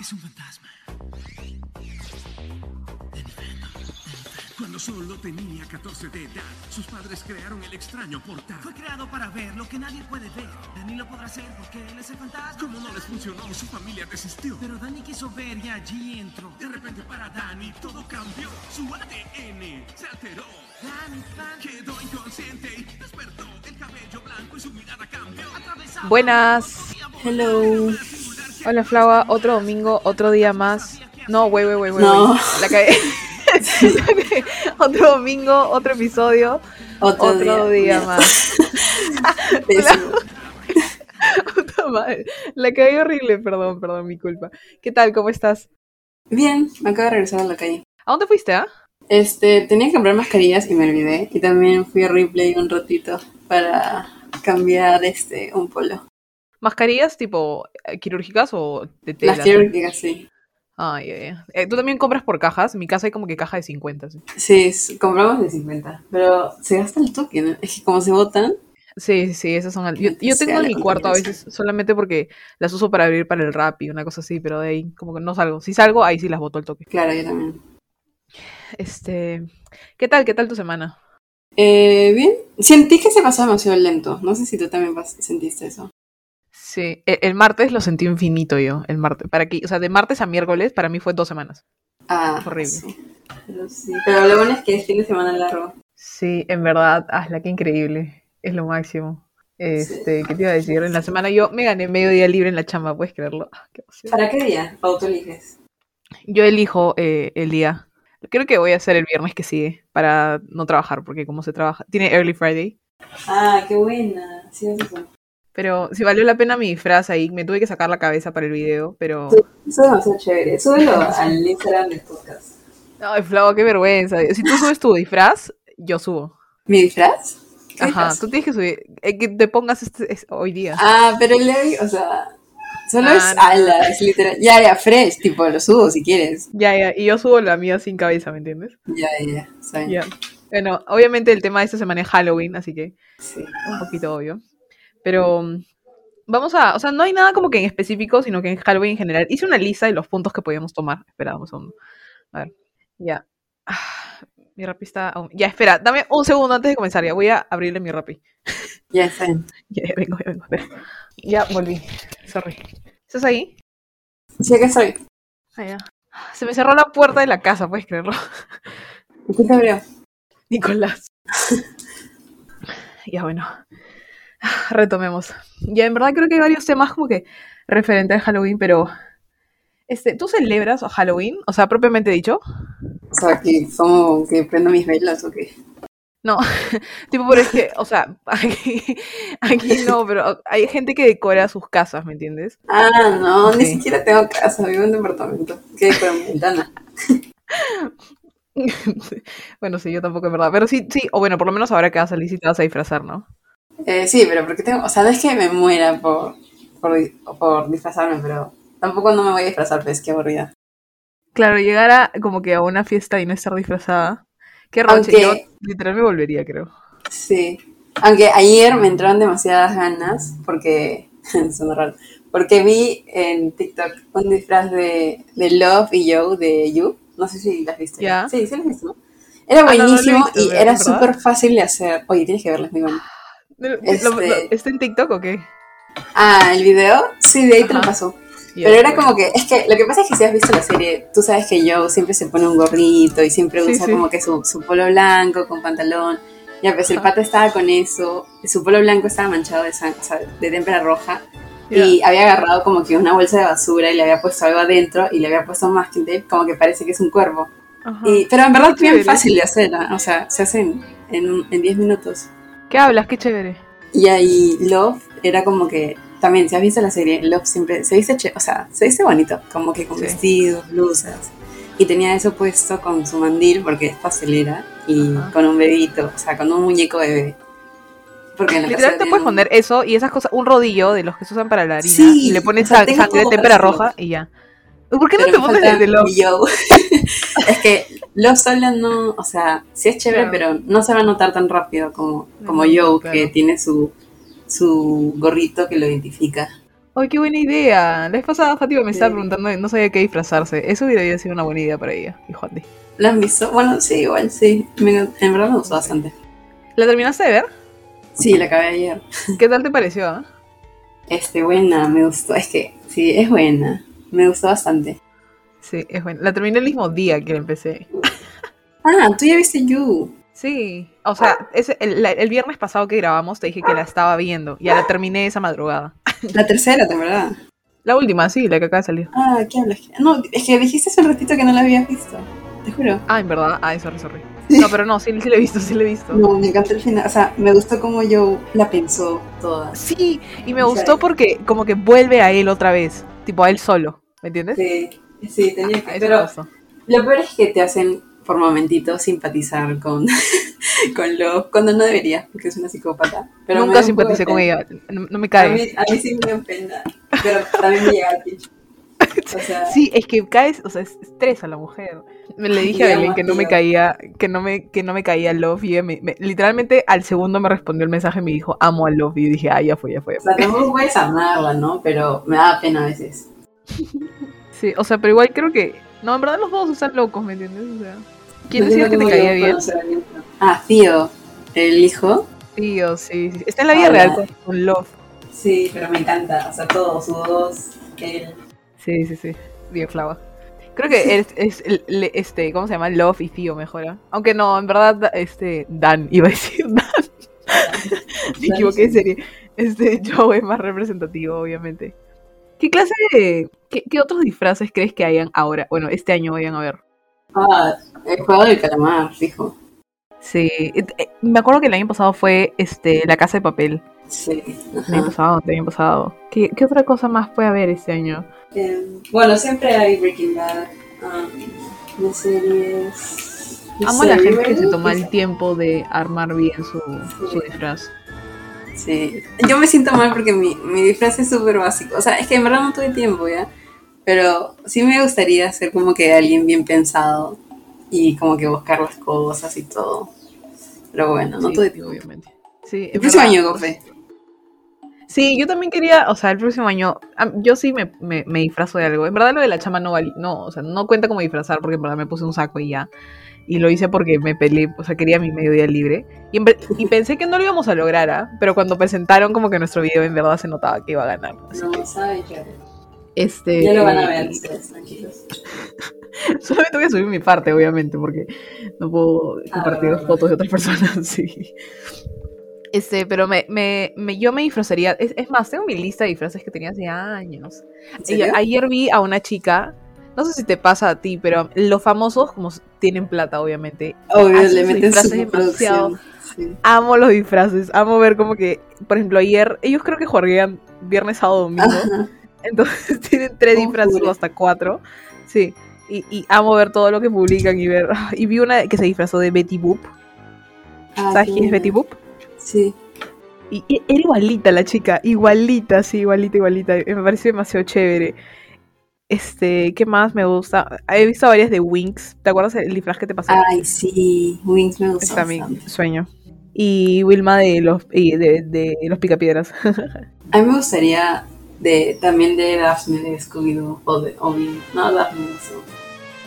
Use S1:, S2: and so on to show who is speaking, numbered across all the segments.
S1: Es un fantasma. De Nintendo. Cuando solo tenía 14 de edad, sus padres crearon el extraño portal.
S2: Fue creado para ver lo que nadie puede ver. Danny lo podrá hacer porque él es el fantasma.
S1: Como no les funcionó, su familia desistió.
S2: Pero Danny quiso ver y allí entró.
S1: De repente para Danny todo cambió. Su ADN se alteró.
S2: Danny, Danny.
S1: Quedó inconsciente y despertó. El cabello blanco y su mirada cambió.
S2: Atravesaba
S3: Buenas.
S1: Hello.
S3: Hola Flava, otro domingo, otro día más. No, wey, wey, wey, wey.
S4: No.
S3: wey. La cagué. La cagué. otro domingo, otro episodio,
S4: Otro,
S3: otro día,
S4: día.
S3: más.
S4: Pésimo.
S3: Puta madre. La cagué horrible, perdón, perdón, mi culpa. ¿Qué tal? ¿Cómo estás?
S4: Bien, me acabo de regresar a la calle.
S3: ¿A dónde fuiste, ah?
S4: Este, tenía que comprar mascarillas y me olvidé. Y también fui a Ripley un ratito para cambiar este un polo.
S3: ¿Mascarillas tipo eh, quirúrgicas o de tela?
S4: Las quirúrgicas, sí.
S3: Ah, ya, ya. Eh, ¿Tú también compras por cajas? En mi casa hay como que caja de 50. Sí,
S4: Sí, s- compramos de 50. Pero se gasta el toque, ¿no? Es que como se botan,
S3: sí, sí esas son... al- Yo, yo
S4: Entonces,
S3: tengo
S4: ya
S3: en
S4: la
S3: mi cuarto a
S4: contaminación.
S3: veces solamente porque las uso para abrir para el rap y una cosa así, pero de ahí como que no salgo. Si salgo, ahí sí las boto al toque.
S4: claro, yo también.
S3: Este, ¿qué tal? ¿Qué tal tu semana?
S4: Eh, bien, sentí que se pasó demasiado lento. No sé si tú también pas- sentiste eso.
S3: Sí, e- el, martes lo sentí infinito yo, el martes. Para que, o sea, de martes a miércoles para mí fue dos semanas.
S4: Ah,
S3: Horrible.
S4: sí. Pero, sí. Pero lo bueno es que es fin de semana largo.
S3: Sí, en verdad, hazla, qué increíble. Es lo máximo. Este, ¿qué te iba a decir? En la semana yo me gané medio día libre en la chamba, ¿puedes creerlo? Ah, qué emoción.
S4: ¿Para qué día? ¿O tú eliges?
S3: Yo elijo eh, el día. Creo que voy a hacer el viernes que sigue para no trabajar, porque como se trabaja, tiene Early Friday.
S4: Ah, qué buena. Sí, eso.
S3: Pero sí valió la pena mi disfraz ahí, me tuve que sacar la cabeza para el video, pero...
S4: Eso es demasiado chévere. Súbelo al Instagram del podcast.
S3: Ay, Flava, qué vergüenza. Si tú subes tu disfraz, yo subo.
S4: ¿Mi disfraz? ¿Qué
S3: Ajá,
S4: disfraz?
S3: tú tienes que subir. eh, que te pongas este, es- hoy día.
S4: Ah, pero el de hoy, o sea, solo
S3: Ah,
S4: es
S3: no.
S4: ala, es literal. Ya, ya, fresh, tipo, lo subo si quieres.
S3: Ya, ya. Y yo subo la mía sin cabeza, ¿me entiendes?
S4: Ya, ya, ya. está bien.
S3: Ya. Bueno, obviamente el tema de esta semana es Halloween, así que
S4: Sí.
S3: un poquito obvio. Pero mm, vamos a. O sea, no hay nada como que en específico, sino que en Halloween en general. Hice una lista de los puntos que podíamos tomar. Espera, dame un segundo. A ver. Ya. Ah, Mi rapi está. aún- Ya, espera, dame un segundo antes de comenzar. Ya voy a abrirle mi rapi.
S4: Ya, está bien.
S3: Ya, ya vengo, ya vengo, espera. Ya volví. Sorry. ¿Estás ahí?
S4: Sí, acá estoy.
S3: Se me cerró la puerta de la casa, puedes creerlo.
S4: ¿Quién te abrió?
S3: Nicolás. ya bueno. Retomemos. Ya en verdad creo que hay varios temas como que referente al Halloween, pero este, ¿tú celebras Halloween? O sea, propiamente dicho.
S4: O sea, que como que prendo mis velas o qué.
S3: Tipo, pero es que, o sea, aquí, aquí no, pero hay gente que decora sus casas, ¿me entiendes?
S4: Ah, no, ni
S3: Sí.
S4: siquiera tengo casa, vivo en un departamento. ¿Qué? Con ventana.
S3: bueno, sí, yo tampoco en verdad. Pero sí, sí, o bueno, por lo menos ahora que vas a salir sí te vas a disfrazar, ¿no?
S4: Eh, sí, pero porque tengo. O sea, no es que me muera por, por, di- por disfrazarme, pero tampoco no me voy a disfrazar, pues qué aburrida.
S3: Claro, llegar a como que a una fiesta y no estar disfrazada. Qué roche,
S4: Aunque-
S3: yo literal me volvería, creo.
S4: Sí. Aunque ayer me entraron demasiadas ganas porque. suena raro. Porque vi en TikTok un disfraz de, de Love y Joe de You. No sé si las viste.
S3: Ya. Ah,
S4: Sí, sí las viste, ¿no? Era
S3: no, no lo he
S4: buenísimo
S3: visto,
S4: y
S3: ¿verdad?
S4: era súper fácil de hacer. Oye, tienes que verlas, muy bueno.
S3: Lo- lo-
S4: Este-
S3: lo- ¿Está en TikTok o qué?
S4: Ah, el video, sí, de ahí te lo
S3: Ajá.
S4: paso. Pero
S3: Ya,
S4: era
S3: bueno.
S4: como que, es que lo que pasa es que si has visto la serie, tú sabes que Joe siempre se pone un gorrito y siempre
S3: Sí,
S4: usa
S3: sí.
S4: como que su, su polo blanco con pantalón. Ya, pues el
S3: Ajá.
S4: pata estaba con eso, su polo blanco estaba manchado de, sang- o sea, de témpera roja
S3: Ya.
S4: y había agarrado como que una bolsa de basura y le había puesto algo adentro y le había puesto masking tape, como que parece que es un cuervo.
S3: Ajá.
S4: Y, pero en verdad es bien
S3: chévere.
S4: fácil de hacer, ¿ah? o sea, se hacen en un- en 10 minutos.
S3: ¿Qué hablas? Qué chévere.
S4: Y ahí Love era como que, también, si has visto la serie, Love siempre se viste, che- o sea, se viste bonito, como que con
S3: Sí.
S4: vestidos, blusas. Y tenía eso puesto con su mandil, porque es pastelera, y
S3: Ajá.
S4: con un bebito, o sea, con un muñeco bebé. Porque en la
S3: Literal
S4: pastelera
S3: te puedes
S4: tienen
S3: poner eso y esas cosas, un rodillo de los que se usan para la harina
S4: Sí,
S3: y le pones
S4: o sea,
S3: sa-
S4: tengo
S3: sangre de
S4: todo
S3: témpera
S4: para
S3: roja y ya. ¿Por qué no te
S4: pero me
S3: pones
S4: falta
S3: el de los-
S4: mi yo. es que Love solo no, o sea, sí es chévere,
S3: Claro.
S4: pero no se va a notar tan rápido como, como
S3: Ujú,
S4: Joe,
S3: claro.
S4: que tiene su, su gorrito que lo identifica.
S3: ¡Ay, qué buena idea! La vez pasada Fátima me estaba
S4: Sí.
S3: preguntando, de- no sabía qué disfrazarse. Eso hubiera sido una buena idea para ella y Juan
S4: ¿Lo han visto? Bueno, sí, igual, sí. Me- en verdad me gustó bastante.
S3: ¿La terminaste de ver?
S4: Sí, la acabé ayer.
S3: ¿Qué tal te pareció? ah?
S4: Este, buena, me gustó. Es que, sí, es buena. Me gustó bastante.
S3: Sí, es buena. La terminé el mismo día que la empecé.
S4: Ah, tú ya viste You.
S3: Sí, o sea, ese- el, la- el viernes pasado que grabamos te dije que la estaba viendo. Ya la terminé esa madrugada.
S4: La tercera temporada.
S3: La última, sí, la que acaba de salir.
S4: Ah, ¿qué hablas? No, es que dijiste hace un ratito que no la habías visto. Te juro.
S3: Ah, en verdad. Ay, sorry, sorry. No, pero no, sí, sí la he visto, sí la he visto.
S4: No, me encanta el final. O sea, me gustó como yo la pensó toda.
S3: Sí, y me
S4: O sea-
S3: gustó porque como que vuelve a él otra vez, tipo a él solo, ¿me entiendes?
S4: Sí, sí, tenía
S3: Ah,
S4: que.
S3: eso me
S4: Pero
S3: gustó.
S4: lo peor es que te hacen por momentitos simpatizar con, con Love cuando no deberías, porque es una psicópata. Pero me
S3: Nunca
S4: da un
S3: simpaticé
S4: poco
S3: con
S4: de pena.
S3: ella, no, no me
S4: A
S3: cae.
S4: mí, a mí sí me dio pena, pero también me llega a ti. O sea,
S3: Sí, es que caes, o sea, es estresa la mujer. Me le dije a
S4: Ya,
S3: Belén que no me
S4: Matías. caía-
S3: caía, que no me, que no me caía Love y ella me- me- literalmente al segundo me respondió el mensaje y me dijo amo a Love y dije ah ya fue, ya fue. ya
S4: o
S3: fue".
S4: sea, tampoco puedes amarla, ¿no? Pero me da pena a veces.
S3: Sí, o sea, pero igual creo que no, en verdad los dos están locos, ¿me entiendes? O sea, ¿quién
S4: No
S3: decía que te
S4: entiendo cómo
S3: caía
S4: llegó a
S3: bien?
S4: conocer a alguien tan- Ah, Tío, el hijo.
S3: Tío, sí, sí, sí. Está en la vida
S4: Hola.
S3: real con, con Love.
S4: Sí, pero me encanta. O sea, todos, su voz, él.
S3: Sí, sí, sí. Bien flava. Creo que es, es el- le- este, ¿cómo se llama? Love y Tío mejora. Aunque no, en verdad, da- este, Dan, iba a decir Dan, me equivoqué de serie. Este Joe es más representativo, obviamente. ¿Qué clase de. Qué, qué otros disfraces crees que hayan ahora? Bueno, este año vayan a ver.
S4: Ah, el juego del calamar, fijo.
S3: Sí. et- eh, Me acuerdo que el año pasado fue este La Casa de Papel.
S4: Sí.
S3: El año
S4: Ajá.
S3: pasado, el año pasado. ¿Qué, qué otra cosa más puede haber este año?
S4: Eh, bueno, siempre hay Breaking Bad. um, las series. no
S3: Amo a
S4: sé,
S3: la gente que
S4: Riverdale,
S3: se toma el
S4: quizá.
S3: tiempo de armar bien su, su
S4: Sí.
S3: disfraz.
S4: Sí. Yo me siento mal porque mi, mi disfraz es súper básico. O sea, es que en verdad no tuve tiempo ya. Pero sí me gustaría ser como que alguien bien pensado y como que buscar las cosas y todo. Pero bueno, no
S3: Sí,
S4: tuve tiempo.
S3: obviamente. Sí,
S4: El
S3: en
S4: próximo
S3: verdad.
S4: año, Gofe.
S3: Sí, yo también quería, o sea, el próximo año, ah, yo sí me, me- me disfrazo de algo. En verdad lo de la chama no vali- no, o sea, no cuenta como disfrazar porque en verdad me puse un saco y ya. Y lo hice porque me peleé, o sea, quería mi mediodía libre. Y, en ver- y pensé que no lo íbamos a lograr, ¿ah? pero cuando presentaron como que nuestro video en verdad se notaba que iba a ganar. Así que,
S4: No, saben ya.
S3: este,
S4: Ya lo van a ver ustedes, tranquilos.
S3: Solamente voy a subir mi parte, obviamente, porque no puedo
S4: Ah,
S3: compartir
S4: verdad,
S3: fotos de otras personas, sí. Este, pero me, me, me- yo me disfrazaría, es, es más, tengo mi lista de disfraces que tenía hace años.
S4: ¿En
S3: Y
S4: serio?
S3: ayer vi a una chica, no sé si te pasa a ti, pero los famosos como s- tienen plata, obviamente.
S4: Obvio,
S3: hacen
S4: le
S3: sus
S4: meten
S3: disfraces
S4: su
S3: demasiado.
S4: producción. Sí.
S3: Amo los disfraces, amo ver como que, por ejemplo, ayer, ellos creo que juegan viernes, sábado, domingo.
S4: Ajá.
S3: Entonces tienen tres
S4: Conjure.
S3: disfraces o hasta cuatro. Sí. Y, y amo ver todo lo que publican y ver. Y vi una que se disfrazó de Betty Boop.
S4: Ah,
S3: ¿Sabes
S4: qué
S3: quién es
S4: buena.
S3: Betty Boop?
S4: Sí.
S3: Y y era igualita la chica. Igualita, sí, igualita, igualita. y Me pareció demasiado chévere. Este, ¿qué más me gusta? He visto varias de Winx. ¿Te acuerdas el disfraz que te pasó?
S4: Ay, Ah, sí. Wings me
S3: es
S4: gusta.
S3: también
S4: bastante.
S3: sueño. Y Wilma de los, y de, de los Picapiedras.
S4: A mí me gustaría de, también de Daphne de Scooby-Doo o de Obi. No, Daphne me gustó.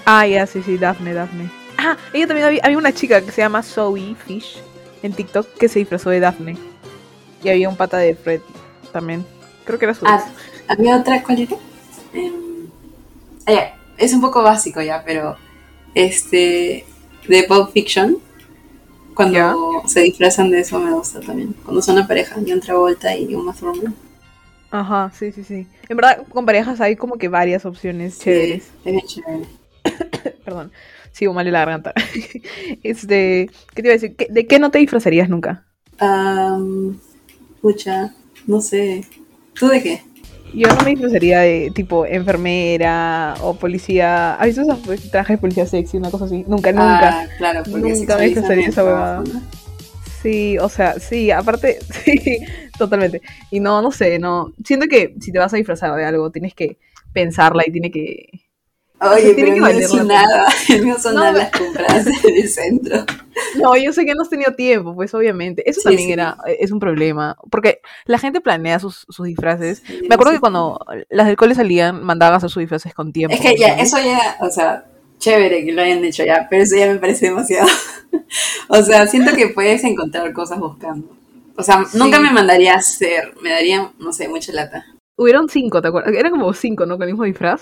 S3: Ah, ya, sí, sí, Daphne, Daphne. Ah, ella también había, había una chica que se llama Zoe Fish en TikTok que se disfrazó de Daphne. Y había un pata de Fred también. Creo que era su.
S4: Ah, había otra, ¿cuál era? Em, ah, ya, es un poco básico ya, pero este de Pulp Fiction. Cuando
S3: Ya.
S4: se disfrazan de eso me gusta también. Cuando son una pareja, John Travolta y Uma Thurman.
S3: Ajá, sí, sí, sí. En verdad, con parejas hay como que varias opciones
S4: Sí,
S3: chéveres.
S4: es bien chévere.
S3: Perdón, sigo mal de la garganta. este, ¿qué te iba a decir? ¿Qué- ¿De qué no te disfrazarías nunca?
S4: Am, pucha, no sé. ¿Tú de qué?
S3: Yo no me disfrazaría de tipo enfermera o policía. ¿Has visto esos pues, trajes de policía sexy? Una cosa así. Nunca, nunca.
S4: Ah, claro, porque
S3: Nunca me
S4: sexualizan
S3: disfrazaría
S4: el
S3: esa huevada.
S4: trabajo, ¿no?
S3: Sí, o sea, sí, aparte, sí, totalmente. Y no, no sé, no. Siento que si te vas a disfrazar de algo, tienes que pensarla y tiene que,
S4: Oye,
S3: Tiene
S4: pero
S3: que
S4: el
S3: valer
S4: mío
S3: la
S4: son
S3: pena.
S4: nada. El mío son
S3: No,
S4: nada
S3: pero-
S4: las compras del centro.
S3: No, yo sé que no has tenido tiempo, pues obviamente. Eso
S4: Sí,
S3: también
S4: sí.
S3: era, eh, es un problema. Porque la gente planea sus, sus disfraces.
S4: Sí,
S3: Me acuerdo
S4: sí.
S3: que cuando las del cole salían, mandaban a hacer sus disfraces con tiempo.
S4: Es que ya,
S3: ¿sabes?
S4: eso ya, o sea, chévere que lo hayan hecho ya, pero eso ya me parece demasiado. o sea, siento que puedes encontrar cosas buscando. O sea, nunca
S3: Sí.
S4: me mandaría a hacer, me daría, no sé, mucha lata.
S3: Hubieron cinco, ¿te acuerdas? Eran como cinco, ¿no? Con el mismo disfraz.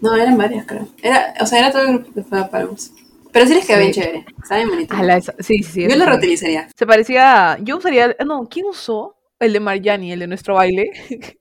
S4: No, eran varias, creo. Era, o sea, era todo el grupo que fue a Palmas. Pero sí les quedó
S3: Sí.
S4: bien chévere, saben bonito.
S3: A la, esa- sí, sí, sí.
S4: Yo
S3: eso
S4: lo
S3: también.
S4: reutilizaría.
S3: Se parecía. Yo usaría. eh, No, ¿quién usó? El de Marjani, el de nuestro baile.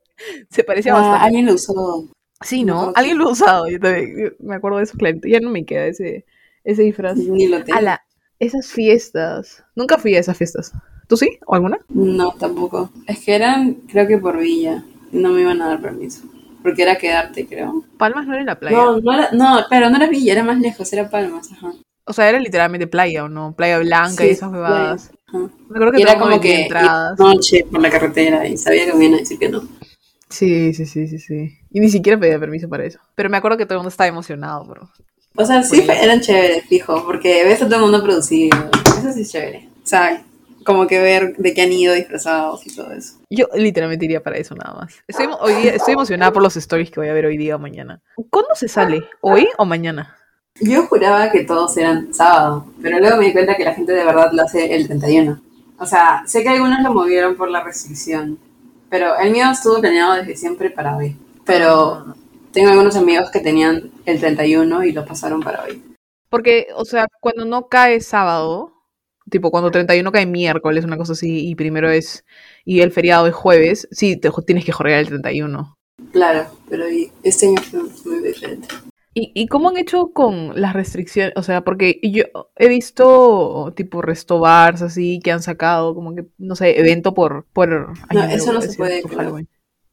S3: Se parecía
S4: Ah,
S3: bastante.
S4: alguien lo usó.
S3: Sí,
S4: me
S3: ¿no?
S4: acuerdo.
S3: Alguien lo ha usado. Yo también, yo me acuerdo de eso clarito. Ya no me queda ese, ese disfraz.
S4: Ni lo tengo.
S3: Ala, esas fiestas. Nunca fui a esas fiestas. ¿Tú sí? ¿O alguna?
S4: No, tampoco. Es que eran, creo que por villa. No me iban a dar permiso. Porque era quedarte, creo.
S3: Palmas no era en la playa.
S4: No, no era, no, pero no era villa, era más lejos, era Palmas, ajá.
S3: O sea, era literalmente playa, ¿o no? Playa blanca
S4: Sí,
S3: y esas huevadas.
S4: playa, ajá.
S3: Me acuerdo que
S4: Y era
S3: todo el mundo
S4: como
S3: vendía
S4: que
S3: entradas.
S4: noche por la carretera y sabía que me iban a decir que no.
S3: Sí, sí, sí, sí, sí. Y ni siquiera pedía permiso para eso. Pero me acuerdo que todo el mundo estaba emocionado, bro.
S4: O sea, sí
S3: Pues-
S4: fue- eran chéveres, fijo, porque ves a todo el mundo producido. Eso sí es chévere. O sea, como que ver de qué han ido disfrazados y todo eso.
S3: Yo literalmente iría para eso nada más. Estoy, emo- hoy día, estoy emocionada por los stories que voy a ver hoy día o mañana. ¿Cuándo se sale? ¿Hoy o mañana?
S4: Yo juraba que todos eran sábado, pero luego me di cuenta que la gente de verdad lo hace el 31. O sea, sé que algunos lo movieron por la restricción, pero el mío estuvo planeado desde siempre para hoy. Pero tengo algunos amigos que tenían el 31 y lo pasaron para hoy.
S3: Porque, o sea, cuando no cae sábado, tipo cuando 31 cae miércoles, una cosa así, y primero es, y el feriado es jueves, sí, te jo- tienes que jorrear el 31.
S4: Claro, pero y- este año fue muy diferente.
S3: ¿Y, ¿Y cómo han hecho con las restricciones? O sea, porque yo he visto tipo restobars así que han sacado como que, no sé, evento por... por ay,
S4: No,
S3: me
S4: eso
S3: lo
S4: no
S3: voy a
S4: se puede,
S3: por
S4: creo.
S3: Halloween.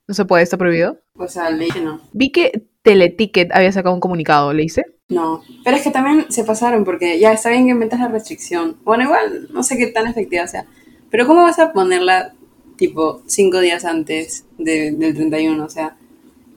S3: No se puede, está prohibido.
S4: O sea, le dije no.
S3: Vi que Teleticket había sacado un comunicado, ¿le hice?
S4: No, pero es que también se pasaron porque ya está bien que inventas la restricción. Bueno, igual no sé qué tan efectiva sea. Pero ¿cómo vas a ponerla tipo cinco días antes de- del 31? O sea,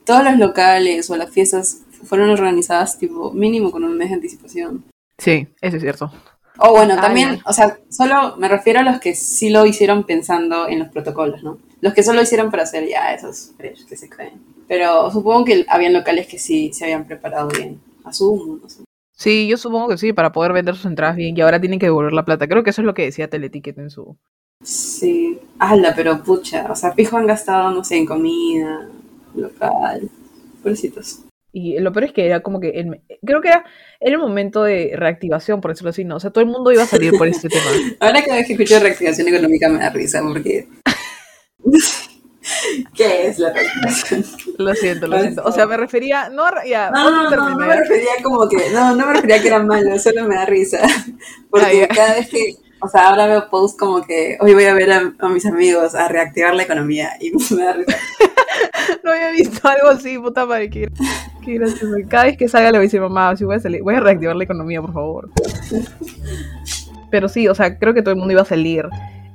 S4: todos los locales o las fiestas fueron organizadas tipo mínimo con un mes de anticipación.
S3: Sí, eso es cierto.
S4: O bueno,
S3: Ay,
S4: también,
S3: ay.
S4: o sea, solo me refiero a los que sí lo hicieron pensando en los protocolos, ¿no? Los que solo hicieron para hacer ya esos fresh que se creen. Pero supongo que habían locales que sí se habían preparado bien. Asumo, no sé.
S3: Sí, yo supongo que sí, para poder vender sus entradas bien y ahora tienen que devolver la plata. Creo que eso es lo que decía Teleticket en su...
S4: Sí, ala, pero pucha, o sea, fijo han gastado, no sé, en comida, local, pobrecitos.
S3: Y lo peor es que era como que... el me- creo que era, era el momento de reactivación, por decirlo así, ¿no? O sea, todo el mundo iba a salir por este tema.
S4: Ahora cada vez que escucho reactivación económica me da risa, porque... ¿Qué es la reactivación?
S3: Lo siento, lo
S4: Ay,
S3: siento. O
S4: no.
S3: sea, me refería... No, a re- ya,
S4: No,
S3: otro
S4: no, no, no
S3: término,
S4: me
S3: ya.
S4: refería como que, no, no me refería que era malo, solo me da risa, porque
S3: Ah, ya.
S4: cada vez que, o sea, ahora veo posts como que hoy voy a ver a, a mis amigos a reactivar la economía y me da risa.
S3: No había visto algo así, puta madre. Qué, qué gracioso. Cada vez que salga le voy a decir, mamá, si voy a salir, voy a reactivar la economía, por favor. Pero sí, o sea, creo que todo el mundo iba a salir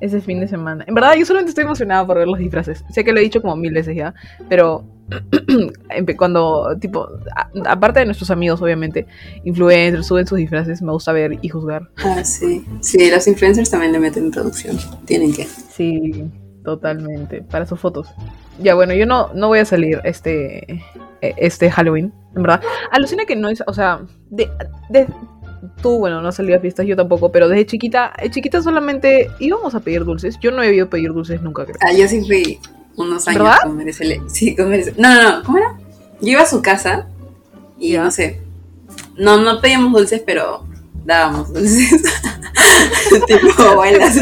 S3: ese fin de semana. En verdad, yo solamente estoy emocionada por ver los disfraces. Sé que lo he dicho como mil veces ya, pero empe- cuando, tipo, a- aparte de nuestros amigos, obviamente, influencers suben sus disfraces, me gusta ver y juzgar.
S4: Ah, sí, sí, los influencers también le meten producción, tienen que.
S3: Sí, totalmente. Para sus fotos. Ya, bueno, yo no, no voy a salir este, eh, este Halloween, en verdad. Alucina que no es, o sea, de, de- tú, bueno, no has salido a fiestas, yo tampoco, pero desde chiquita, eh, chiquita solamente íbamos a pedir dulces. Yo no he ido a pedir dulces nunca, creo.
S4: Ah, yo sí fui unos años
S3: ¿Verdad?
S4: con Merecele. Sí, con Merecele. No, no, no, ¿cómo era? Yo iba a su casa y
S3: Ya.
S4: no sé. No, no pedíamos dulces, pero dábamos dulces. tipo abuelas.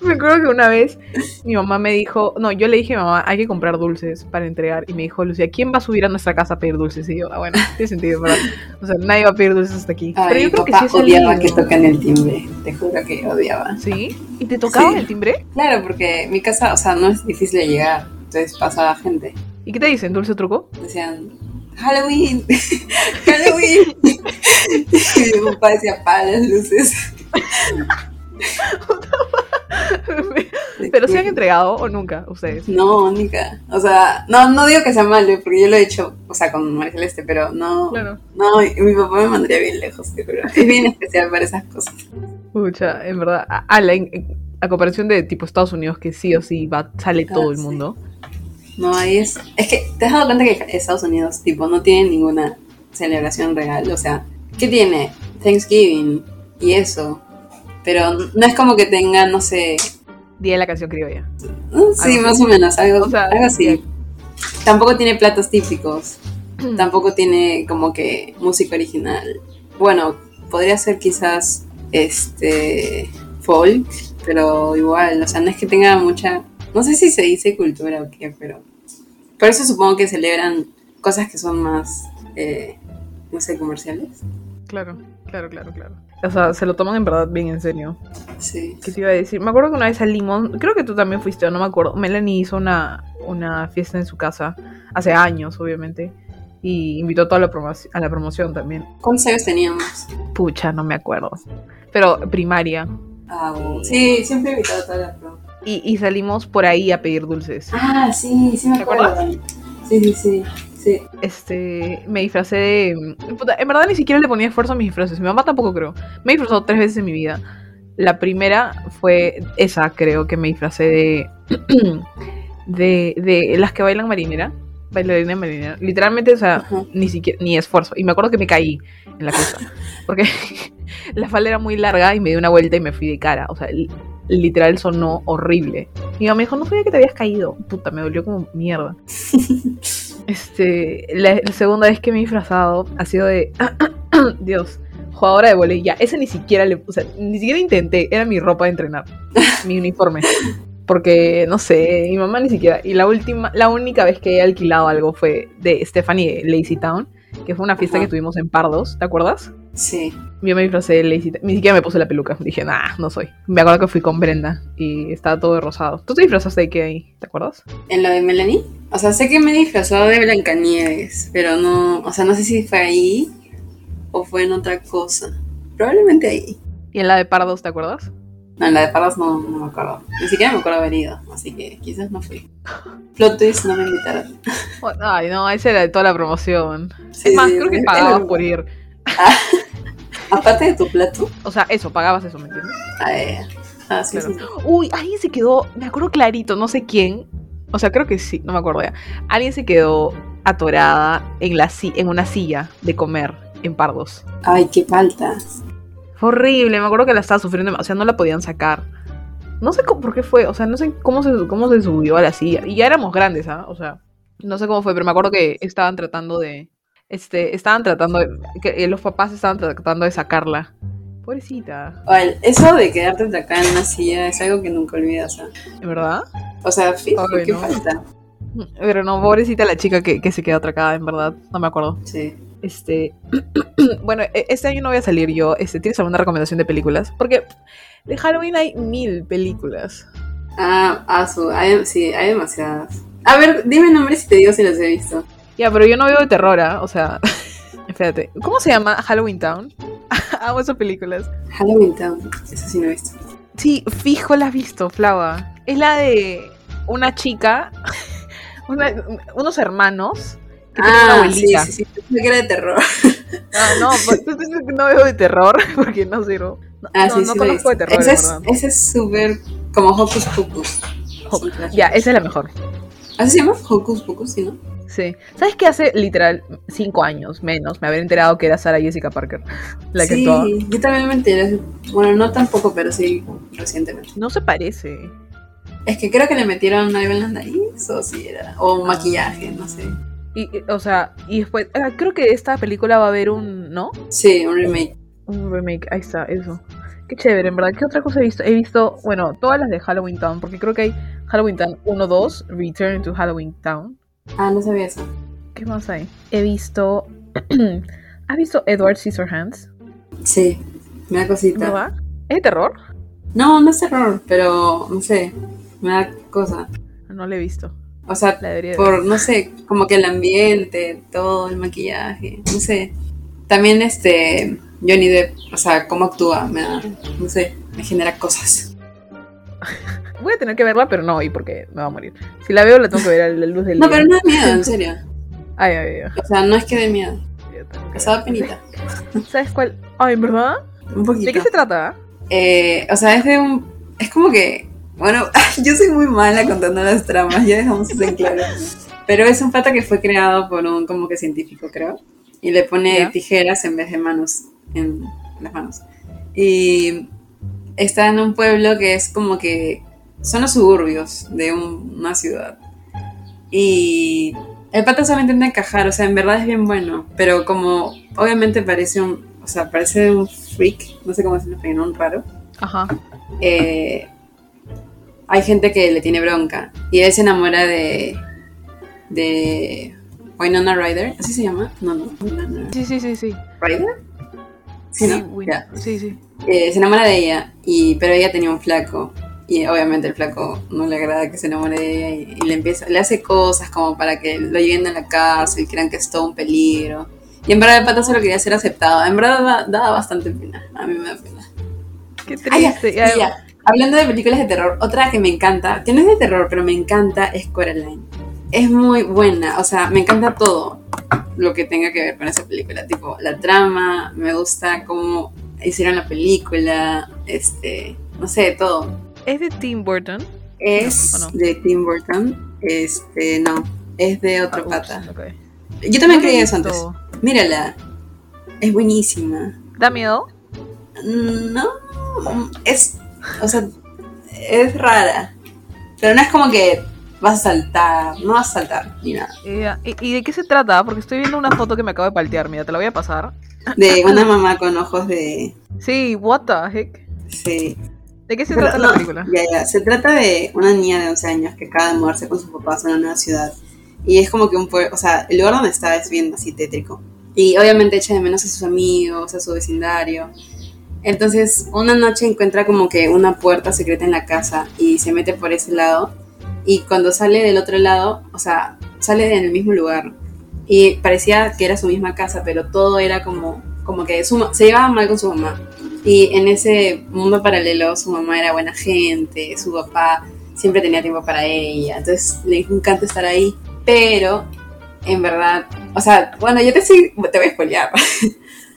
S3: Me acuerdo que una vez mi mamá me dijo, no, yo le dije a mi mamá, hay que comprar dulces para entregar. Y me dijo, Lucía, ¿quién va a subir a nuestra casa a pedir dulces? Y yo, ah, bueno, tiene sentido, ¿verdad? O sea, nadie va a pedir dulces hasta aquí. pero
S4: Ay,
S3: yo
S4: mi
S3: creo que
S4: papá
S3: sí es
S4: odiaba que tocan el timbre. Te juro que odiaba.
S3: ¿Sí? ¿Y te tocaban
S4: Sí.
S3: el timbre?
S4: Claro, porque mi casa, o sea, no es difícil de llegar. Entonces pasaba gente.
S3: ¿Y qué te dicen? ¿Dulce truco?
S4: Decían, Halloween, Halloween. y mi papá decía, para las luces.
S3: Pero se han entregado o nunca ustedes.
S4: No, nunca. O sea, no, no digo que sea malo, ¿eh? porque yo lo he hecho, o sea, con María Celeste, pero no.
S3: Claro.
S4: No, y mi papá me mandaría bien lejos, te juro. Es bien especial para esas cosas.
S3: Pucha, en verdad, a, a la- en- a comparación de tipo Estados Unidos, que sí o sí va, sale
S4: Ah,
S3: todo el
S4: sí.
S3: mundo.
S4: No, ahí es. Es que te has dado cuenta que Estados Unidos, tipo, no tiene ninguna celebración real. O sea, ¿qué tiene? Thanksgiving y eso. Pero no es como que tenga, no sé.
S3: Día de la canción criolla.
S4: mm, Sí,
S3: Algo
S4: más o menos, algo,
S3: O sea,
S4: algo así.
S3: bien.
S4: Tampoco tiene platos típicos. Tampoco tiene como que música original. Bueno, podría ser quizás este folk, pero igual, o sea, no es que tenga mucha. No sé si se dice cultura o qué, pero. Por eso supongo que celebran cosas que son más, eh, no sé, comerciales.
S3: Claro, claro, claro, claro. O sea, se lo toman en verdad bien en serio.
S4: Sí.
S3: ¿Qué te iba a decir? Me acuerdo que una vez salimos, creo que tú también fuiste, o no me acuerdo. Melanie hizo una, una fiesta en su casa, hace años, obviamente. Y invitó a toda la, promoci- a la promoción también.
S4: ¿Cuántos años teníamos?
S3: Pucha, no me acuerdo. Pero primaria.
S4: Ah, wow. Sí, siempre he invitado a toda la pro.
S3: Y, y salimos por ahí a pedir dulces.
S4: Ah, sí, sí me
S3: ¿Te
S4: acuerdo. Sí, sí, sí. sí.
S3: Este, me disfracé de... puta, en verdad ni siquiera le ponía esfuerzo a mis disfraces. Mi mamá tampoco creo. Me he disfrazado tres veces en mi vida. La primera fue esa, creo que me disfracé de... de, de las que bailan marinera. Bailarina marinera. Literalmente, o sea,
S4: Ajá.
S3: ni siquiera, ni esfuerzo. Y me acuerdo que me caí en la cosa. Porque la falda era muy larga y me di una vuelta y me fui de cara. O sea, li- literal sonó horrible. Mi mamá me dijo, no sabía que te habías caído. Puta, me dolió como mierda. Este, la, la segunda vez que me he disfrazado ha sido de. Dios, jugadora de volei. Ya, ese ni siquiera le. O sea, ni siquiera intenté. Era mi ropa de entrenar. mi uniforme. Porque, no sé, mi mamá ni siquiera. Y la última, la única vez que he alquilado algo fue de Stephanie de Lazy Town, que fue una fiesta
S4: Ajá.
S3: que tuvimos en Pardos, ¿te acuerdas?
S4: Sí.
S3: Yo me disfracé de Lazy Town. Ni siquiera me puse la peluca. Dije, nah, no soy. Me acuerdo que fui con Brenda y estaba todo de rosado. ¿Tú te disfrazaste de qué ahí? ¿Te acuerdas?
S4: ¿En lo de Melanie? O sea, sé que me disfrazó de Blancanieves, pero no, o sea, no sé si fue ahí o fue en otra cosa. Probablemente ahí.
S3: Y en la de Pardos, ¿te acuerdas?
S4: No, en la de Pardos no, no me acuerdo. Ni siquiera me acuerdo haber ido, así que quizás no fui. Plot twist, no me invitaron.
S3: Ay, no, esa era de toda la promoción.
S4: Sí,
S3: es más,
S4: sí,
S3: creo
S4: sí,
S3: que
S4: sí.
S3: pagabas por ir.
S4: Aparte de tu plato.
S3: O sea, eso, pagabas eso, ¿me entiendes?
S4: Ah, eh, ah, sí,
S3: Claro.
S4: sí.
S3: Uy, alguien se quedó, me acuerdo clarito, no sé quién. O sea, creo que sí, no me acuerdo ya. Alguien se quedó atorada en, la, si- en una silla de comer en Pardos.
S4: Ay, qué falta.
S3: Fue horrible, me acuerdo que la estaba sufriendo, dem- o sea, no la podían sacar. No sé cómo- por qué fue, o sea, no sé cómo se, cómo se subió a la silla. Y ya éramos grandes, ¿ah? O sea, no sé cómo fue, pero me acuerdo que estaban tratando de. Este, estaban tratando de. Que eh, los papás estaban tratando de sacarla. Pobrecita,
S4: Oye, eso de quedarte acá en una silla es algo que nunca olvidas. ¿ah?
S3: ¿de ¿verdad?
S4: O sea, fijo,
S3: Ay,
S4: qué
S3: no.
S4: falta.
S3: Pero no, pobrecita la chica que, que se quedó atracada, en verdad. No me acuerdo.
S4: Sí.
S3: Este. bueno, e- este año no voy a salir yo. Este, ¿Tienes alguna recomendación de películas? Porque de Halloween hay mil películas.
S4: Ah, ah, su, hay- sí, hay demasiadas. A ver, dime nombres y te digo si las he visto.
S3: Ya, pero yo no veo de terror, ¿ah? O sea. Espérate. ¿Cómo se llama? Halloween Town. Amo esas películas.
S4: Halloween Town, eso sí no he visto.
S3: Sí, fijo la has visto, Flava. Es la de una chica, una- unos hermanos que tienen una abuelita.
S4: Ah, sí, sí, sí, pensé que era de terror.
S3: Ah, no, pues, entonces no veo de terror porque no sirvo. No,
S4: Ah,
S3: no,
S4: sí,
S3: no
S4: sí, lo he
S3: conozco de
S4: visto.
S3: terror,
S4: Ese
S3: en
S4: es-
S3: verdad.
S4: Ese es súper como Hocus Pocus.
S3: Ho-
S4: Sí, claro.
S3: Ya, esa es la mejor.
S4: ¿Así se llama? Hocus Pocus, ¿sí, no?
S3: Sí. ¿Sabes qué hace literal cinco años menos? Me había enterado que era Sarah Jessica Parker la que
S4: sí,
S3: actuaba.
S4: yo también me enteré. Bueno, no tampoco, pero sí recientemente.
S3: No se parece.
S4: Es que creo que le metieron algo en la nariz, o si era. O maquillaje, no sé.
S3: Y, y- o sea, y después, ah, creo que esta película va a haber un, ¿no?
S4: Sí, un remake.
S3: Un remake, ahí está, eso. Qué chévere, en verdad. ¿Qué otra cosa he visto? He visto, bueno, todas las de Halloween Town, porque creo que hay Halloween Town 1, 2, Return to Halloween Town.
S4: Ah, no sabía eso.
S3: ¿Qué más hay? He visto... ¿Has visto Edward Scissorhands?
S4: Sí, me da cosita.
S3: ¿No va? ¿Es de terror?
S4: No, no es terror, pero no sé. Me da cosa.
S3: No la he visto.
S4: O sea,
S3: La debería de ver.
S4: por, no sé, como que el ambiente, todo, el maquillaje, no sé. También este Johnny Depp, o sea, cómo actúa, me da, no sé, me genera cosas.
S3: Voy a tener que verla, pero no hoy porque me va a morir. Si la veo, la tengo que ver a la luz del
S4: No,
S3: día.
S4: pero no da miedo, en serio.
S3: Ay, ay, ay.
S4: O sea, no es que dé miedo.
S3: yo tengo que
S4: O sea, da penita.
S3: ver. ¿Sabes cuál? Ay, ¿en verdad?
S4: Un
S3: ¿De
S4: poquito.
S3: qué se trata?
S4: Eh, o sea, es de un. Es como que. Bueno, yo soy muy mala contando las tramas, ya dejamos eso en claro. Pero es un pata que fue creado por un como que científico, creo. Y le pone
S3: Ya.
S4: tijeras en vez de manos. En las manos. Y está en un pueblo que es como que. Son los suburbios de un- una ciudad. Y. El pata solo intenta encajar, o sea, en verdad es bien bueno. Pero como. Obviamente parece un. O sea, parece un freak. No sé cómo decirlo, pero un raro
S3: Ajá.
S4: eh, hay gente que le tiene bronca y él se enamora de de Winona Ryder, ¿así se llama? No, no, Winona
S3: Sí, sí, sí, sí.
S4: Ryder. Sí, ¿no?
S3: Win-
S4: Ya.
S3: sí, sí.
S4: Eh, se enamora de ella, y, pero ella tenía un flaco. Y obviamente el flaco no le agrada que se enamore de ella y, y le empieza, le hace cosas como para que lo lleven a la cárcel, crean que es todo un peligro. Y en verdad el pata solo quería ser aceptado. En verdad da, da bastante pena. A mí me da pena.
S3: Qué
S4: Ah, ya,
S3: triste.
S4: sí, ya. Hablando de películas de terror, otra que me encanta, que no es de terror, pero me encanta, es Coraline. Es muy buena, o sea, me encanta todo lo que tenga que ver con esa película, tipo la trama, me gusta cómo hicieron la película, este, no sé, todo.
S3: ¿Es de Tim Burton?
S4: Es
S3: ¿O no?
S4: de Tim Burton, este, no, es de
S3: Ah,
S4: otro
S3: ups,
S4: pata.
S3: ok.
S4: Yo también
S3: No la he
S4: creía eso antes.
S3: visto.
S4: Mírala, es buenísima.
S3: ¿Da miedo?
S4: No, es, o sea, es rara. Pero no es como que vas a saltar, no vas a saltar ni nada.
S3: Eh, ¿y, y de qué se trata? Porque estoy viendo una foto que me acabo de paltear. Mira, te la voy a pasar.
S4: De una mamá con ojos de...
S3: Sí, what the heck.
S4: Sí.
S3: ¿De qué se
S4: Pero
S3: trata
S4: no,
S3: la película?
S4: ya, ya. eh, Se trata de una niña de 11 años que acaba de mudarse con sus papás a una nueva ciudad. Y es como que un pueblo, o sea, el lugar donde está es bien así tétrico. Y obviamente echa de menos a sus amigos, a su vecindario. Entonces, una noche encuentra como que una puerta secreta en la casa y se mete por ese lado. Y cuando sale del otro lado, o sea, sale del mismo lugar. Y parecía que era su misma casa, pero todo era como, como que su ma- se llevaba mal con su mamá. Y en ese mundo paralelo, su mamá era buena gente, su papá siempre tenía tiempo para ella. Entonces, le encanta estar ahí. Pero, en verdad, o sea, bueno, yo te, estoy- te voy a spoilear.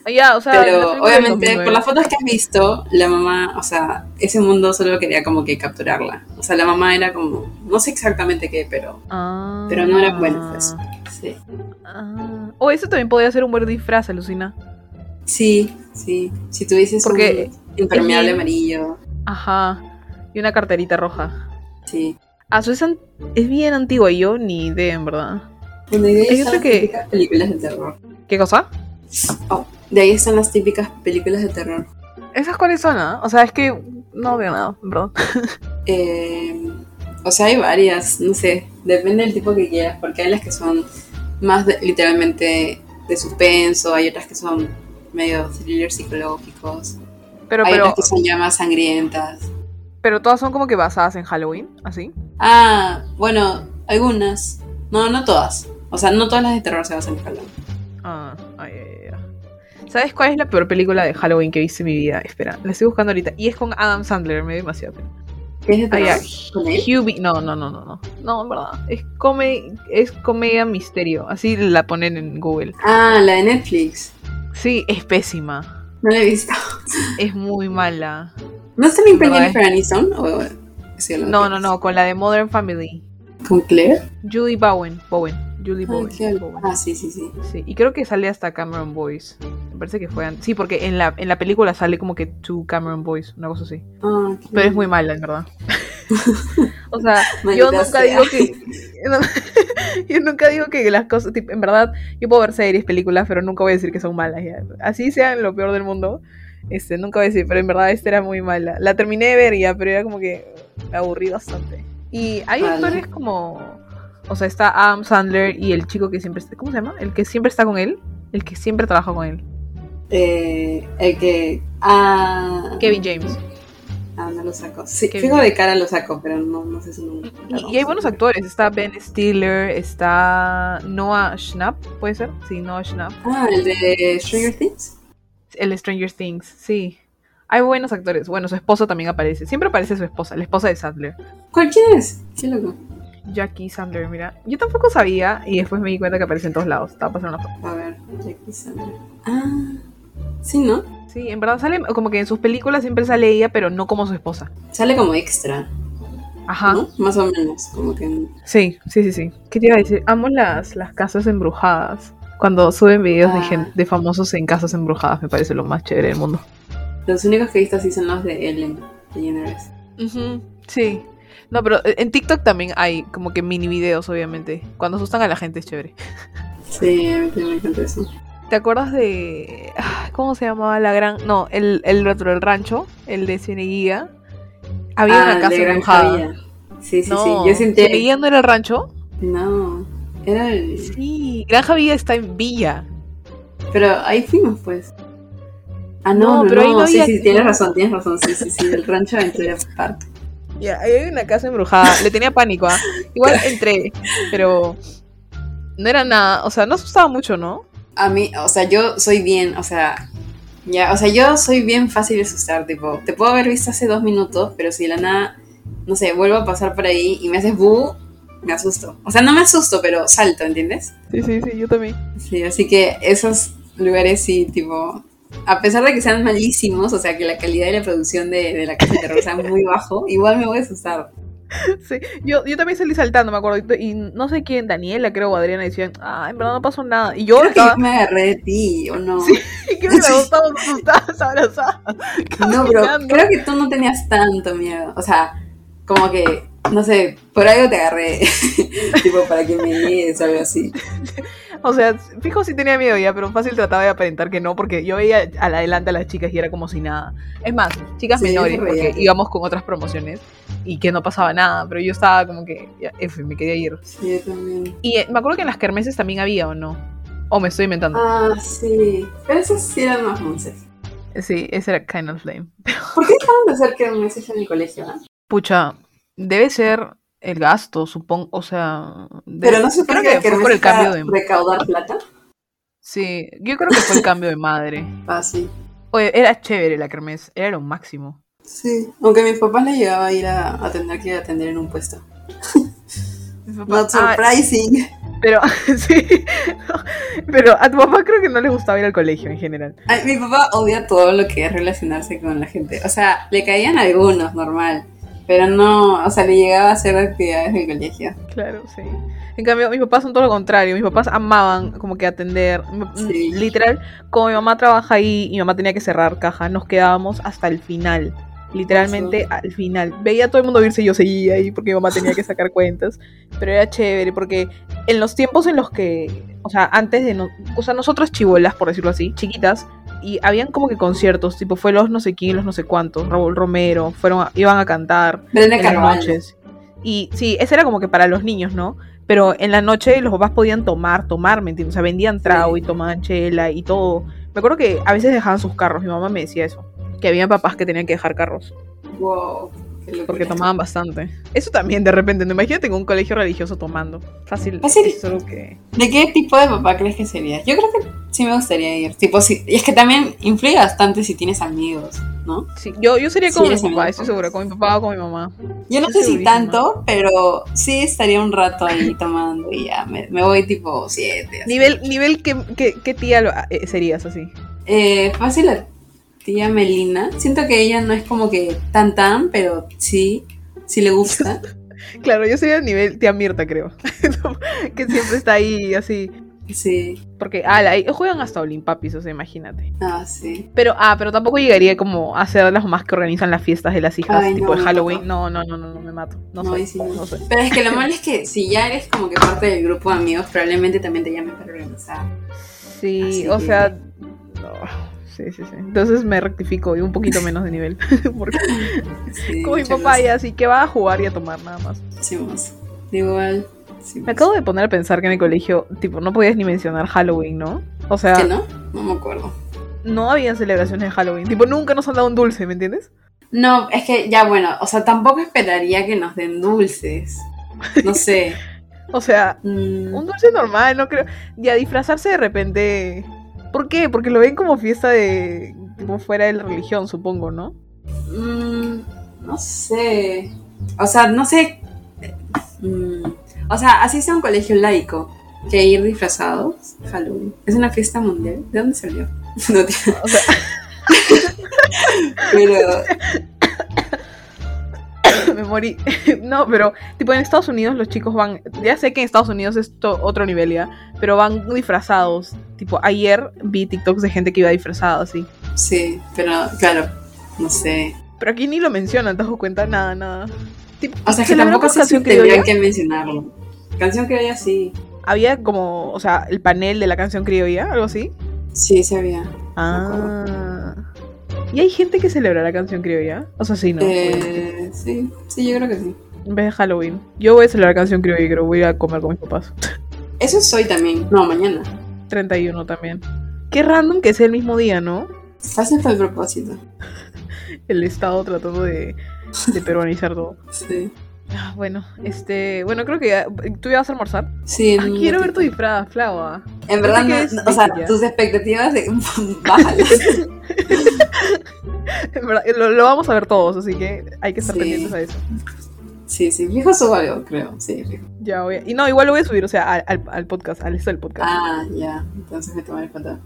S3: Ah, Ya, o sea, la
S4: Pero
S3: película del
S4: obviamente,
S3: 2009.
S4: por las fotos que has visto, la mamá, o sea, ese mundo solo quería como que capturarla. O sea, la mamá era como, no sé exactamente qué, pero
S3: Ah.
S4: pero no era bueno, pues. sí.
S3: Ah. O eso también podría ser un buen disfraz, alucina.
S4: Sí, sí. Si tuvieses
S3: Porque
S4: un impermeable
S3: es bien-
S4: amarillo,
S3: Ajá. Y una carterita roja.
S4: sí.
S3: Ah, eso es, an- es bien antigua y yo ni idea, en verdad.
S4: Bueno, y de ahí
S3: Hay
S4: están
S3: otra
S4: las
S3: que-
S4: típicas películas de terror.
S3: ¿Qué cosa?
S4: Oh, de ahí están las típicas películas de terror.
S3: ¿Esas cuáles son? ah? O sea, es que no veo nada, en verdad.
S4: Eh, o sea, hay varias, no sé, depende del tipo que quieras, porque hay las que son más de- literalmente de suspenso, hay otras que son medio thrillers psicológicos,
S3: Pero,
S4: hay
S3: pero,
S4: otras que son ya más sangrientas.
S3: pero todas son como que basadas en Halloween, así.
S4: Ah, bueno, algunas. No, no todas. O sea, no todas las de terror se basan en Halloween.
S3: Ah, ay, ay, ay. ¿Sabes cuál es la peor película de Halloween que he visto en mi vida? Espera, la estoy buscando ahorita. Y es con Adam Sandler, me dio demasiado pena.
S4: ¿Qué es de
S3: Ay,
S4: terror?
S3: ay.
S4: ¿Con él?
S3: Hubie, no, no, no, no, no. No, en verdad. Es, come, es comedia misterio. Así la ponen en Google.
S4: Ah, la de Netflix.
S3: Sí, es pésima.
S4: No la he visto.
S3: Es muy mala.
S4: ¿No está también con
S3: No, eh.
S4: Jennifer Aniston? O- sí, la
S3: No, no,
S4: Netflix.
S3: no, con la de Modern Family.
S4: ¿Con Claire?
S3: Judy Bowen. Bowen. Judy
S4: Ah,
S3: Bowen.
S4: qué-
S3: Bowen.
S4: ah, sí, sí, sí.
S3: Sí, y creo que sale hasta Cameron Boyce. Me parece que fue antes. Sí, porque en la, en la película sale como que tu Cameron Boyce, una cosa así.
S4: Ah, qué-
S3: Pero es muy mala, en verdad. o sea,
S4: Maldita
S3: yo nunca
S4: sea.
S3: digo que. yo nunca digo que las cosas. tipo, en verdad, yo puedo ver series, películas, pero nunca voy a decir que son malas. ya. Así sean lo peor del mundo. Este, nunca voy a decir, pero en verdad esta era muy mala. La terminé de ver ya, pero era como que me aburrí bastante. Y hay
S4: Vale.
S3: actores como. O sea, está Adam Sandler y el chico que siempre está. ¿Cómo se llama? El que siempre está con él. El que siempre trabaja con él.
S4: Eh, el que. Ah.
S3: Kevin James.
S4: Ah, no lo saco. Sí,
S3: Kevin.
S4: fijo de cara lo saco, pero no, no sé su nombre.
S3: Y, y hay buenos actores, está Ben Stiller, está Noah Schnapp, ¿puede ser? Sí, Noah Schnapp.
S4: Ah, el de Stranger Things.
S3: El Stranger Things, sí. Hay buenos actores. Bueno, su esposo también aparece. Siempre aparece su esposa, la esposa de Sandler.
S4: ¿Cuál quién es? Qué loco.
S3: Jackie Sandler, mira. Yo tampoco sabía y después me di cuenta que aparece en todos lados. Estaba pasando una foto.
S4: A ver, Jackie Sandra. Ah, sí, ¿no?
S3: Sí, en verdad sale como que en sus películas siempre sale ella, pero no como su esposa.
S4: Sale como extra,
S3: Ajá.
S4: ¿no? Más o menos, como que...
S3: Sí, sí, sí, sí. ¿Qué te iba a decir? Amo las, las casas embrujadas. Cuando suben videos de,
S4: Ah.
S3: gen- de famosos en casas embrujadas, me parece lo más chévere del mundo.
S4: Los únicos que he visto así son los de Ellen DeGeneres.
S3: Sí. No, pero eh, en TikTok también hay como que mini videos, obviamente. Cuando asustan a la gente es chévere.
S4: Sí, a mí también me encanta eso.
S3: ¿Te acuerdas de. ah, ¿Cómo se llamaba la gran.? No, el, el otro, el rancho, el de Cieneguía. Había
S4: ah,
S3: una casa
S4: de Gran
S3: embrujada.
S4: Florida. Sí, sí,
S3: No,
S4: sí. Yo sentía...
S3: ¿Cieneguilla no era el rancho?
S4: No, era el...
S3: Sí. Granja Villa está en Villa.
S4: Pero ahí fuimos, pues. Ah, no,
S3: No,
S4: no,
S3: pero ahí no
S4: sí,
S3: había-
S4: sí, tienes razón, tienes razón, sí, sí, sí, el rancho Aventura Park.
S3: Ya, ahí hay una casa embrujada. Le tenía pánico, ¿ah? Igual entré, pero. No era nada. O sea, no asustaba mucho, ¿no?
S4: A mí, o sea, yo soy bien, o sea, ya, o sea, yo soy bien fácil de asustar, tipo, te puedo haber visto hace dos minutos, pero si de la nada, no sé, vuelvo a pasar por ahí y me haces bu, me asusto. O sea, no me asusto, pero salto, ¿entiendes?
S3: Sí, sí, sí, yo también.
S4: Sí, así que esos lugares sí, tipo, a pesar de que sean malísimos, o sea, que la calidad de la producción de, de la casa de terror sea muy bajo, igual me voy a asustar.
S3: Sí, yo, yo también salí saltando, me acuerdo. Y y no sé quién, Daniela, creo, o Adriana, decían, ah, en verdad no pasó nada. Y yo
S4: Creo que
S3: estaba.
S4: yo me agarré de ti, ¿o no?
S3: Sí. Y que me la dos todos asustadas, abrazadas.
S4: No, pero
S3: caminando.
S4: creo que tú no tenías tanto miedo. O sea, como que, no sé, por algo te agarré. tipo, para que me guíes o algo así.
S3: O sea, fijo si tenía miedo ya, pero fácil trataba de aparentar que no, porque yo veía al adelante a las chicas y era como si nada. Es más, chicas
S4: Sí,
S3: menores,
S4: yo me
S3: porque
S4: reía.
S3: íbamos con otras promociones y que no pasaba nada, pero yo estaba como que, ya, F, me quería ir.
S4: Sí, yo también.
S3: Y eh, me acuerdo que en las kermeses también había, ¿o no? O me estoy inventando.
S4: Ah, sí. Pero esos sí eran más monces. Ah.
S3: Sí, ese era Kind of Flame.
S4: ¿Por qué dejaron de hacer que me en el colegio? ah?
S3: Pucha, debe ser el gasto, supongo, o sea... de-
S4: Pero no se
S3: creo
S4: supone que,
S3: que,
S4: que
S3: fue por el cambio de...
S4: recaudar plata.
S3: Sí, yo creo que fue el cambio de madre.
S4: Ah, sí.
S3: Oye, era chévere la kermés, era lo máximo.
S4: Sí. Aunque a mis papás les llegaba a ir a, a tener que atender en un puesto. Not
S3: Ah,
S4: surprising.
S3: pero, sí, pero a tu papá creo que no le gustaba ir al colegio en general.
S4: Ay, mi papá odia todo lo que es relacionarse con la gente. O sea, le caían algunos, normal. Pero no, o sea, le llegaba a hacer actividades del colegio.
S3: Claro, sí. En cambio, mis papás son todo lo contrario. Mis papás amaban como que atender. Mi-
S4: Sí.
S3: Literal, como mi mamá trabaja ahí, mi mamá tenía que cerrar caja, nos quedábamos hasta el final. Literalmente al final. Veía a todo el mundo irse y yo seguía ahí porque mi mamá tenía que sacar cuentas. Pero era chévere porque en los tiempos en los que, o sea, antes de, no, o sea, nosotros chivolas, por decirlo así, chiquitas, y habían como que conciertos, tipo fue los no sé quién, los no sé cuántos, Raúl Romero, fueron, a- iban a cantar
S4: Brenda
S3: en las
S4: Carvalho.
S3: noches. Y sí, ese era como que para los niños, ¿no? Pero en la noche los papás podían tomar, tomar, ¿me entiendes? O sea, vendían trago y tomaban chela y todo. Me acuerdo que a veces dejaban sus carros, mi mamá me decía eso. Que había papás que tenían que dejar carros
S4: Wow. qué locura.
S3: porque tomaban bastante. Eso también, de repente, ¿no? imagínate en un colegio religioso tomando. Fácil.
S4: Fácil.
S3: es algo que...
S4: ¿De qué tipo de papá crees que sería? Yo creo que sí me gustaría ir. Tipo, sí, y es que también influye bastante si tienes amigos, ¿no?
S3: Sí, yo, yo sería
S4: Sí,
S3: como mi
S4: es
S3: papá,
S4: algo.
S3: estoy segura, con mi papá o con mi mamá.
S4: Yo no
S3: Estoy
S4: sé si
S3: segurísima.
S4: tanto, pero sí estaría un rato ahí tomando y ya me, me voy tipo siete. así.
S3: Nivel, nivel que, que, que tía lo- eh, serías así.
S4: Eh, fácil la tía Melina. Siento que ella no es como que tan tan, pero sí, sí le gusta.
S3: Claro, yo sería nivel tía Mirta, creo. que siempre está ahí así.
S4: Sí,
S3: Porque, ah, la- ellos juegan hasta Olimpapis, o sea, imagínate.
S4: ah, sí.
S3: Pero, ah, pero tampoco llegaría como a ser las mamás que organizan las fiestas de las hijas,
S4: Ay, no,
S3: tipo de
S4: me
S3: Halloween.
S4: mato.
S3: No, no, no, no, no, me mato. No,
S4: No,
S3: soy,
S4: ahí sí no.
S3: no soy.
S4: Pero es que lo malo es que si ya eres como que parte del grupo de amigos, probablemente también te llamen para organizar.
S3: Sí,
S4: Así
S3: o
S4: que-
S3: sea, no. Sí, sí, sí. Entonces me rectifico y un poquito menos de nivel. Porque
S4: Sí,
S3: como mi
S4: este, muchas
S3: papá ya, así que va a jugar y a tomar nada más.
S4: gracias. Sí, más. Igual. sí,
S3: Me
S4: más.
S3: acabo de poner a pensar que en el colegio, tipo, no podías ni mencionar Halloween, ¿no? O sea,
S4: ¿Que
S3: no?
S4: no? No me acuerdo.
S3: había celebraciones de Halloween. Tipo, nunca nos han dado un dulce, ¿me entiendes?
S4: No, es que ya bueno, o sea, tampoco esperaría que nos den dulces. No sé.
S3: O sea,
S4: Mm,
S3: Un dulce normal, no creo. Y a disfrazarse de repente. ¿Por qué? Porque lo ven como fiesta de. tipo fuera de la religión, supongo, ¿no?
S4: Mm, no sé. O sea, no sé. Mm, o sea, así sea un colegio laico, que ir disfrazados, Halloween. Es una fiesta mundial. ¿De dónde salió? No te...
S3: O sea,
S4: Pero
S3: me morí. No, pero tipo en Estados Unidos los chicos van, ya sé que en Estados Unidos es to- otro nivel ya, pero van disfrazados. Tipo, ayer vi TikToks de gente que iba disfrazada así.
S4: sí, pero claro, no sé.
S3: Pero aquí ni lo mencionan, ¿te das cuenta? Nada, nada. Tipo,
S4: O sea, que
S3: ¿celebra
S4: tampoco
S3: por
S4: sé si
S3: canción criolla?
S4: tendrían que mencionarlo. Canción criolla sí.
S3: Había como, o sea, el panel de la canción criolla, algo así.
S4: Sí, se había.
S3: Ah. ¿Y hay gente que celebra la canción criolla? O sea, sí, ¿no?
S4: Eh, sí, sí, yo creo que sí.
S3: En vez de Halloween. Yo voy a celebrar la canción criolla y creo que voy a ir a comer con mis papás.
S4: Eso es hoy también. No, mañana.
S3: 31 también. Qué random que sea el mismo día, ¿no?
S4: Fácil fue el propósito.
S3: El Estado tratando de, de peruanizar todo.
S4: Sí.
S3: Ah, Bueno, este, bueno, creo que ya- tú ya vas a almorzar.
S4: Sí,
S3: Ah,
S4: en un
S3: quiero ver tu
S4: ratito.
S3: disfraz, Flava.
S4: En verdad,
S3: Creo que
S4: no-
S3: es
S4: no, o sea,
S3: bella.
S4: tus expectativas de... bájalas.
S3: En verdad, lo, lo vamos a ver todos, así que hay que estar
S4: Sí.
S3: pendientes a eso.
S4: Sí, sí, fijo subo algo, creo. Sí, fijo.
S3: Ya voy a- Y no, igual lo voy a subir, o sea, al, al- al podcast, al esto del podcast.
S4: Ah, ya. Entonces me tomaré cuenta.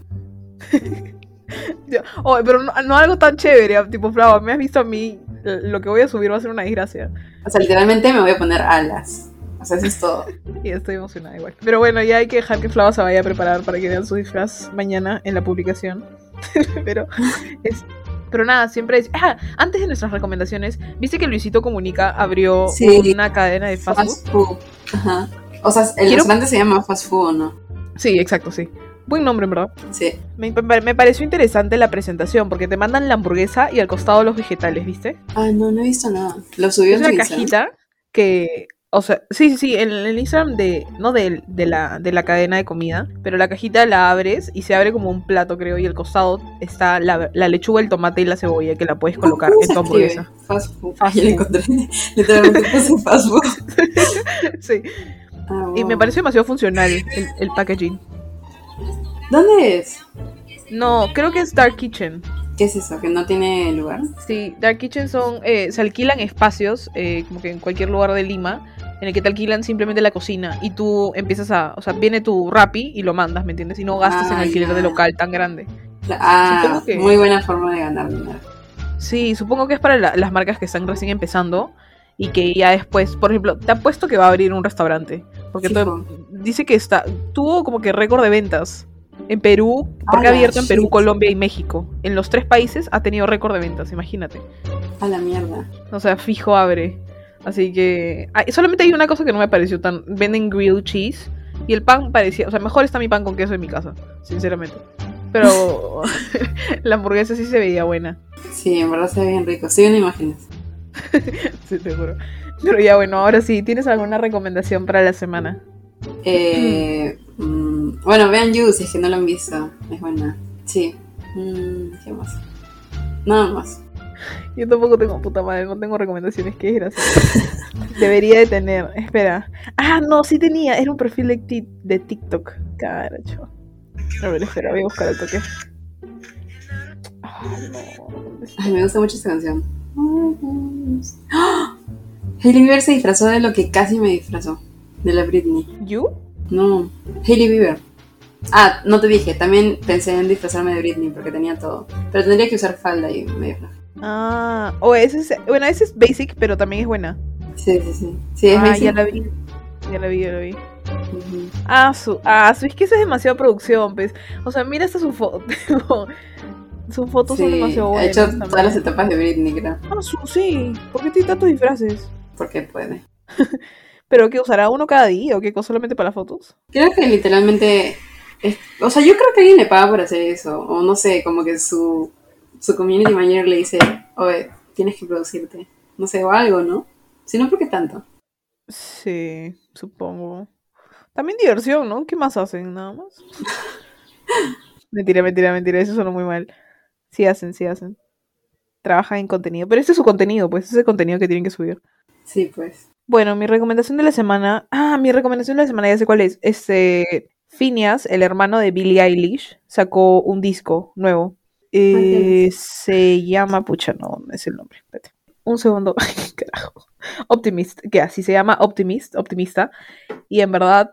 S3: Ya. Oh, pero no, no algo tan chévere, ah, tipo, Flava, me has visto a mí, l- lo que voy a subir va a ser una desgracia.
S4: O sea, literalmente me voy a poner alas. O sea, eso es todo.
S3: Y estoy emocionada igual. Pero bueno, ya hay que dejar que Flava se vaya a preparar para que vean su disfraz mañana en la publicación. pero es- Pero nada, siempre es... Ah, antes de nuestras recomendaciones, ¿viste que Luisito Comunica abrió
S4: Sí.
S3: una cadena de fast food?
S4: Fast food. Ajá. O sea, el
S3: Quiero-
S4: restaurante se llama fast food, ¿o ¿no?
S3: Sí, exacto, sí. Buen nombre, en ¿verdad?
S4: Sí.
S3: Me, me- me pareció interesante la presentación porque te mandan la hamburguesa y al costado los vegetales, ¿viste?
S4: Ah, no, no he visto nada. Lo subió
S3: Es
S4: en su
S3: una
S4: Instagram.
S3: cajita que. O sea, sí, sí, sí, en el Instagram de. No de, de, la, de la cadena de comida, pero la cajita la abres y se abre como un plato, creo, y al costado está la, la lechuga, el tomate y la cebolla que la puedes colocar
S4: ¿Cómo
S3: en
S4: se
S3: tu hamburguesa.
S4: escribe? Fast food. Ah,
S3: Fast
S4: ya lo
S3: food.
S4: encontré. Literalmente puse fast food.
S3: Sí,
S4: Ah,
S3: y me
S4: wow.
S3: pareció demasiado funcional el, el packaging.
S4: ¿Dónde es?
S3: No, creo que es Dark Kitchen.
S4: ¿Qué es eso? ¿Que no tiene lugar?
S3: Sí, Dark Kitchen son, eh, se alquilan espacios, eh, como que en cualquier lugar de Lima, en el que te alquilan simplemente la cocina y tú empiezas a, o sea, viene tu Rappi y lo mandas, ¿me entiendes? Y no gastas en
S4: Ah,
S3: alquiler
S4: ya.
S3: de local tan grande.
S4: Ah,
S3: Supongo que-
S4: muy buena forma de ganar dinero.
S3: Sí, supongo que es para la- las marcas que están recién empezando y que ya después, por ejemplo, te apuesto que va a abrir un restaurante, porque todo- dice que está, tuvo como que récord de ventas. En Perú, porque
S4: Ah,
S3: ha abierto en
S4: shit.
S3: Perú, Colombia y México. En los tres países ha tenido récord de ventas, imagínate.
S4: A la mierda.
S3: O sea, fijo abre. Así que. ah, y solamente hay una cosa que no me pareció tan. Venden grilled cheese. Y el pan parecía. O sea, mejor está mi pan con queso en mi casa, sinceramente. Pero. la hamburguesa sí se veía buena.
S4: Sí, en verdad se ve bien rico. Sí, no imágenes.
S3: Sí, te juro. Pero ya bueno, ahora sí, ¿tienes alguna recomendación para la semana?
S4: Eh, mm, bueno, vean You si es que no lo han visto. Es buena. Sí. Mm, ¿Qué más? Nada más.
S3: Yo tampoco tengo puta madre, no tengo recomendaciones, qué desgracia. Debería de tener, espera. Ah, no, sí tenía, era un perfil de, ti- de TikTok. Caracho. A ver, espera, voy a buscar el toque. Ah, no. ¿dónde está?
S4: Ay, me gusta mucho esta canción. ¡Ah! Hailey Bieber se disfrazó de lo que casi me disfrazó. De la Britney.
S3: ¿You?
S4: No, Hailey Bieber. Ah, no te dije, también pensé en disfrazarme de Britney porque tenía todo. Pero tendría que usar falda y medio floja.
S3: Ah, o ese es, bueno, ese es basic, pero también es buena.
S4: Sí, sí, sí. Sí, es
S3: ah,
S4: basic.
S3: ya la vi. Ya la vi, ya la vi.
S4: Ujú.
S3: Ah, su, ah, su, es que esa es demasiada producción, pues. O sea, mira esta su foto. Sus fotos son
S4: Sí,
S3: demasiado
S4: ha
S3: buenas.
S4: hecho todas las
S3: también.
S4: etapas de Britney, creo.
S3: Ah, su, sí. ¿Por qué tiene tantos disfraces?
S4: Porque puede.
S3: ¿Pero qué usará uno cada día o qué cosa solamente para las fotos?
S4: Creo que literalmente. es- o sea, yo creo que alguien le paga por hacer eso. O no sé, como que su, su community manager le dice: Oye, tienes que producirte. No sé, o algo, ¿no? Si no, ¿por qué tanto?
S3: Sí, supongo. También diversión, ¿no? ¿Qué más hacen? Nada más. mentira, mentira, mentira. Eso suena muy mal. Sí hacen, sí hacen. Trabajan en contenido. Pero ese es su contenido, pues. Ese es el contenido que tienen que subir.
S4: Sí, pues.
S3: Bueno, mi recomendación de la semana. Ah, mi recomendación de la semana, ya sé cuál es. Este. Phineas, el hermano de Billie Eilish, sacó un disco nuevo Eh, se llama, pucha, no, no es el nombre. espérate. Un segundo, carajo. Optimist, que así se llama Optimist, Optimista. Y en verdad,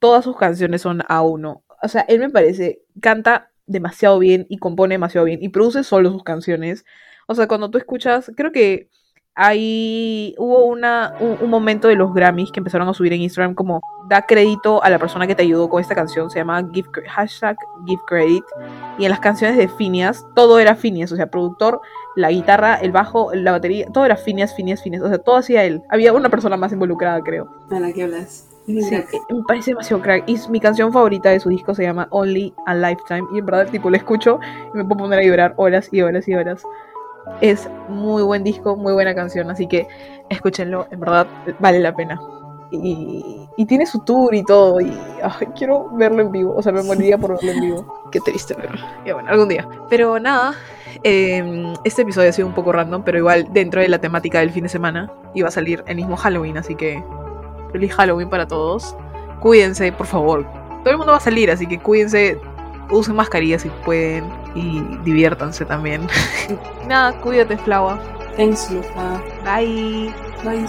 S3: todas sus canciones son a uno. O sea, él me parece, canta demasiado bien y compone demasiado bien y produce solo sus canciones. O sea, cuando tú escuchas, creo que ahí hubo una, un, un momento de los Grammys que empezaron a subir en Instagram como da crédito a la persona que te ayudó con esta canción, se llama give, cre- hashtag give credit y en las canciones de Phineas, todo era Phineas, o sea, productor, la guitarra, el bajo, la batería, todo era Phineas, Phineas, Phineas, o sea, todo hacía él. Había una persona más involucrada, creo.
S4: A la que hablas.
S3: Sí, eh, me parece demasiado crack. Y s- mi canción favorita de su disco se llama Only a Lifetime. Y en verdad, tipo, la escucho y me puedo poner a llorar horas y horas y horas. Es muy buen disco, muy buena canción. Así que escúchenlo, en verdad, vale la pena. Y, y tiene su tour y todo. Y ay, quiero verlo en vivo. O sea, me moriría por verlo en vivo. Qué triste verlo. Ya bueno, algún día. Pero nada, eh, este episodio ha sido un poco random, pero igual dentro de la temática del fin de semana iba a salir el mismo Halloween, así que feliz Halloween para todos. Cuídense, por favor. Todo el mundo va a salir, así que cuídense, usen mascarillas si pueden y diviértanse también. Nada, cuídate, Flava.
S4: Thanks, Luca.
S3: Bye.
S4: Bye.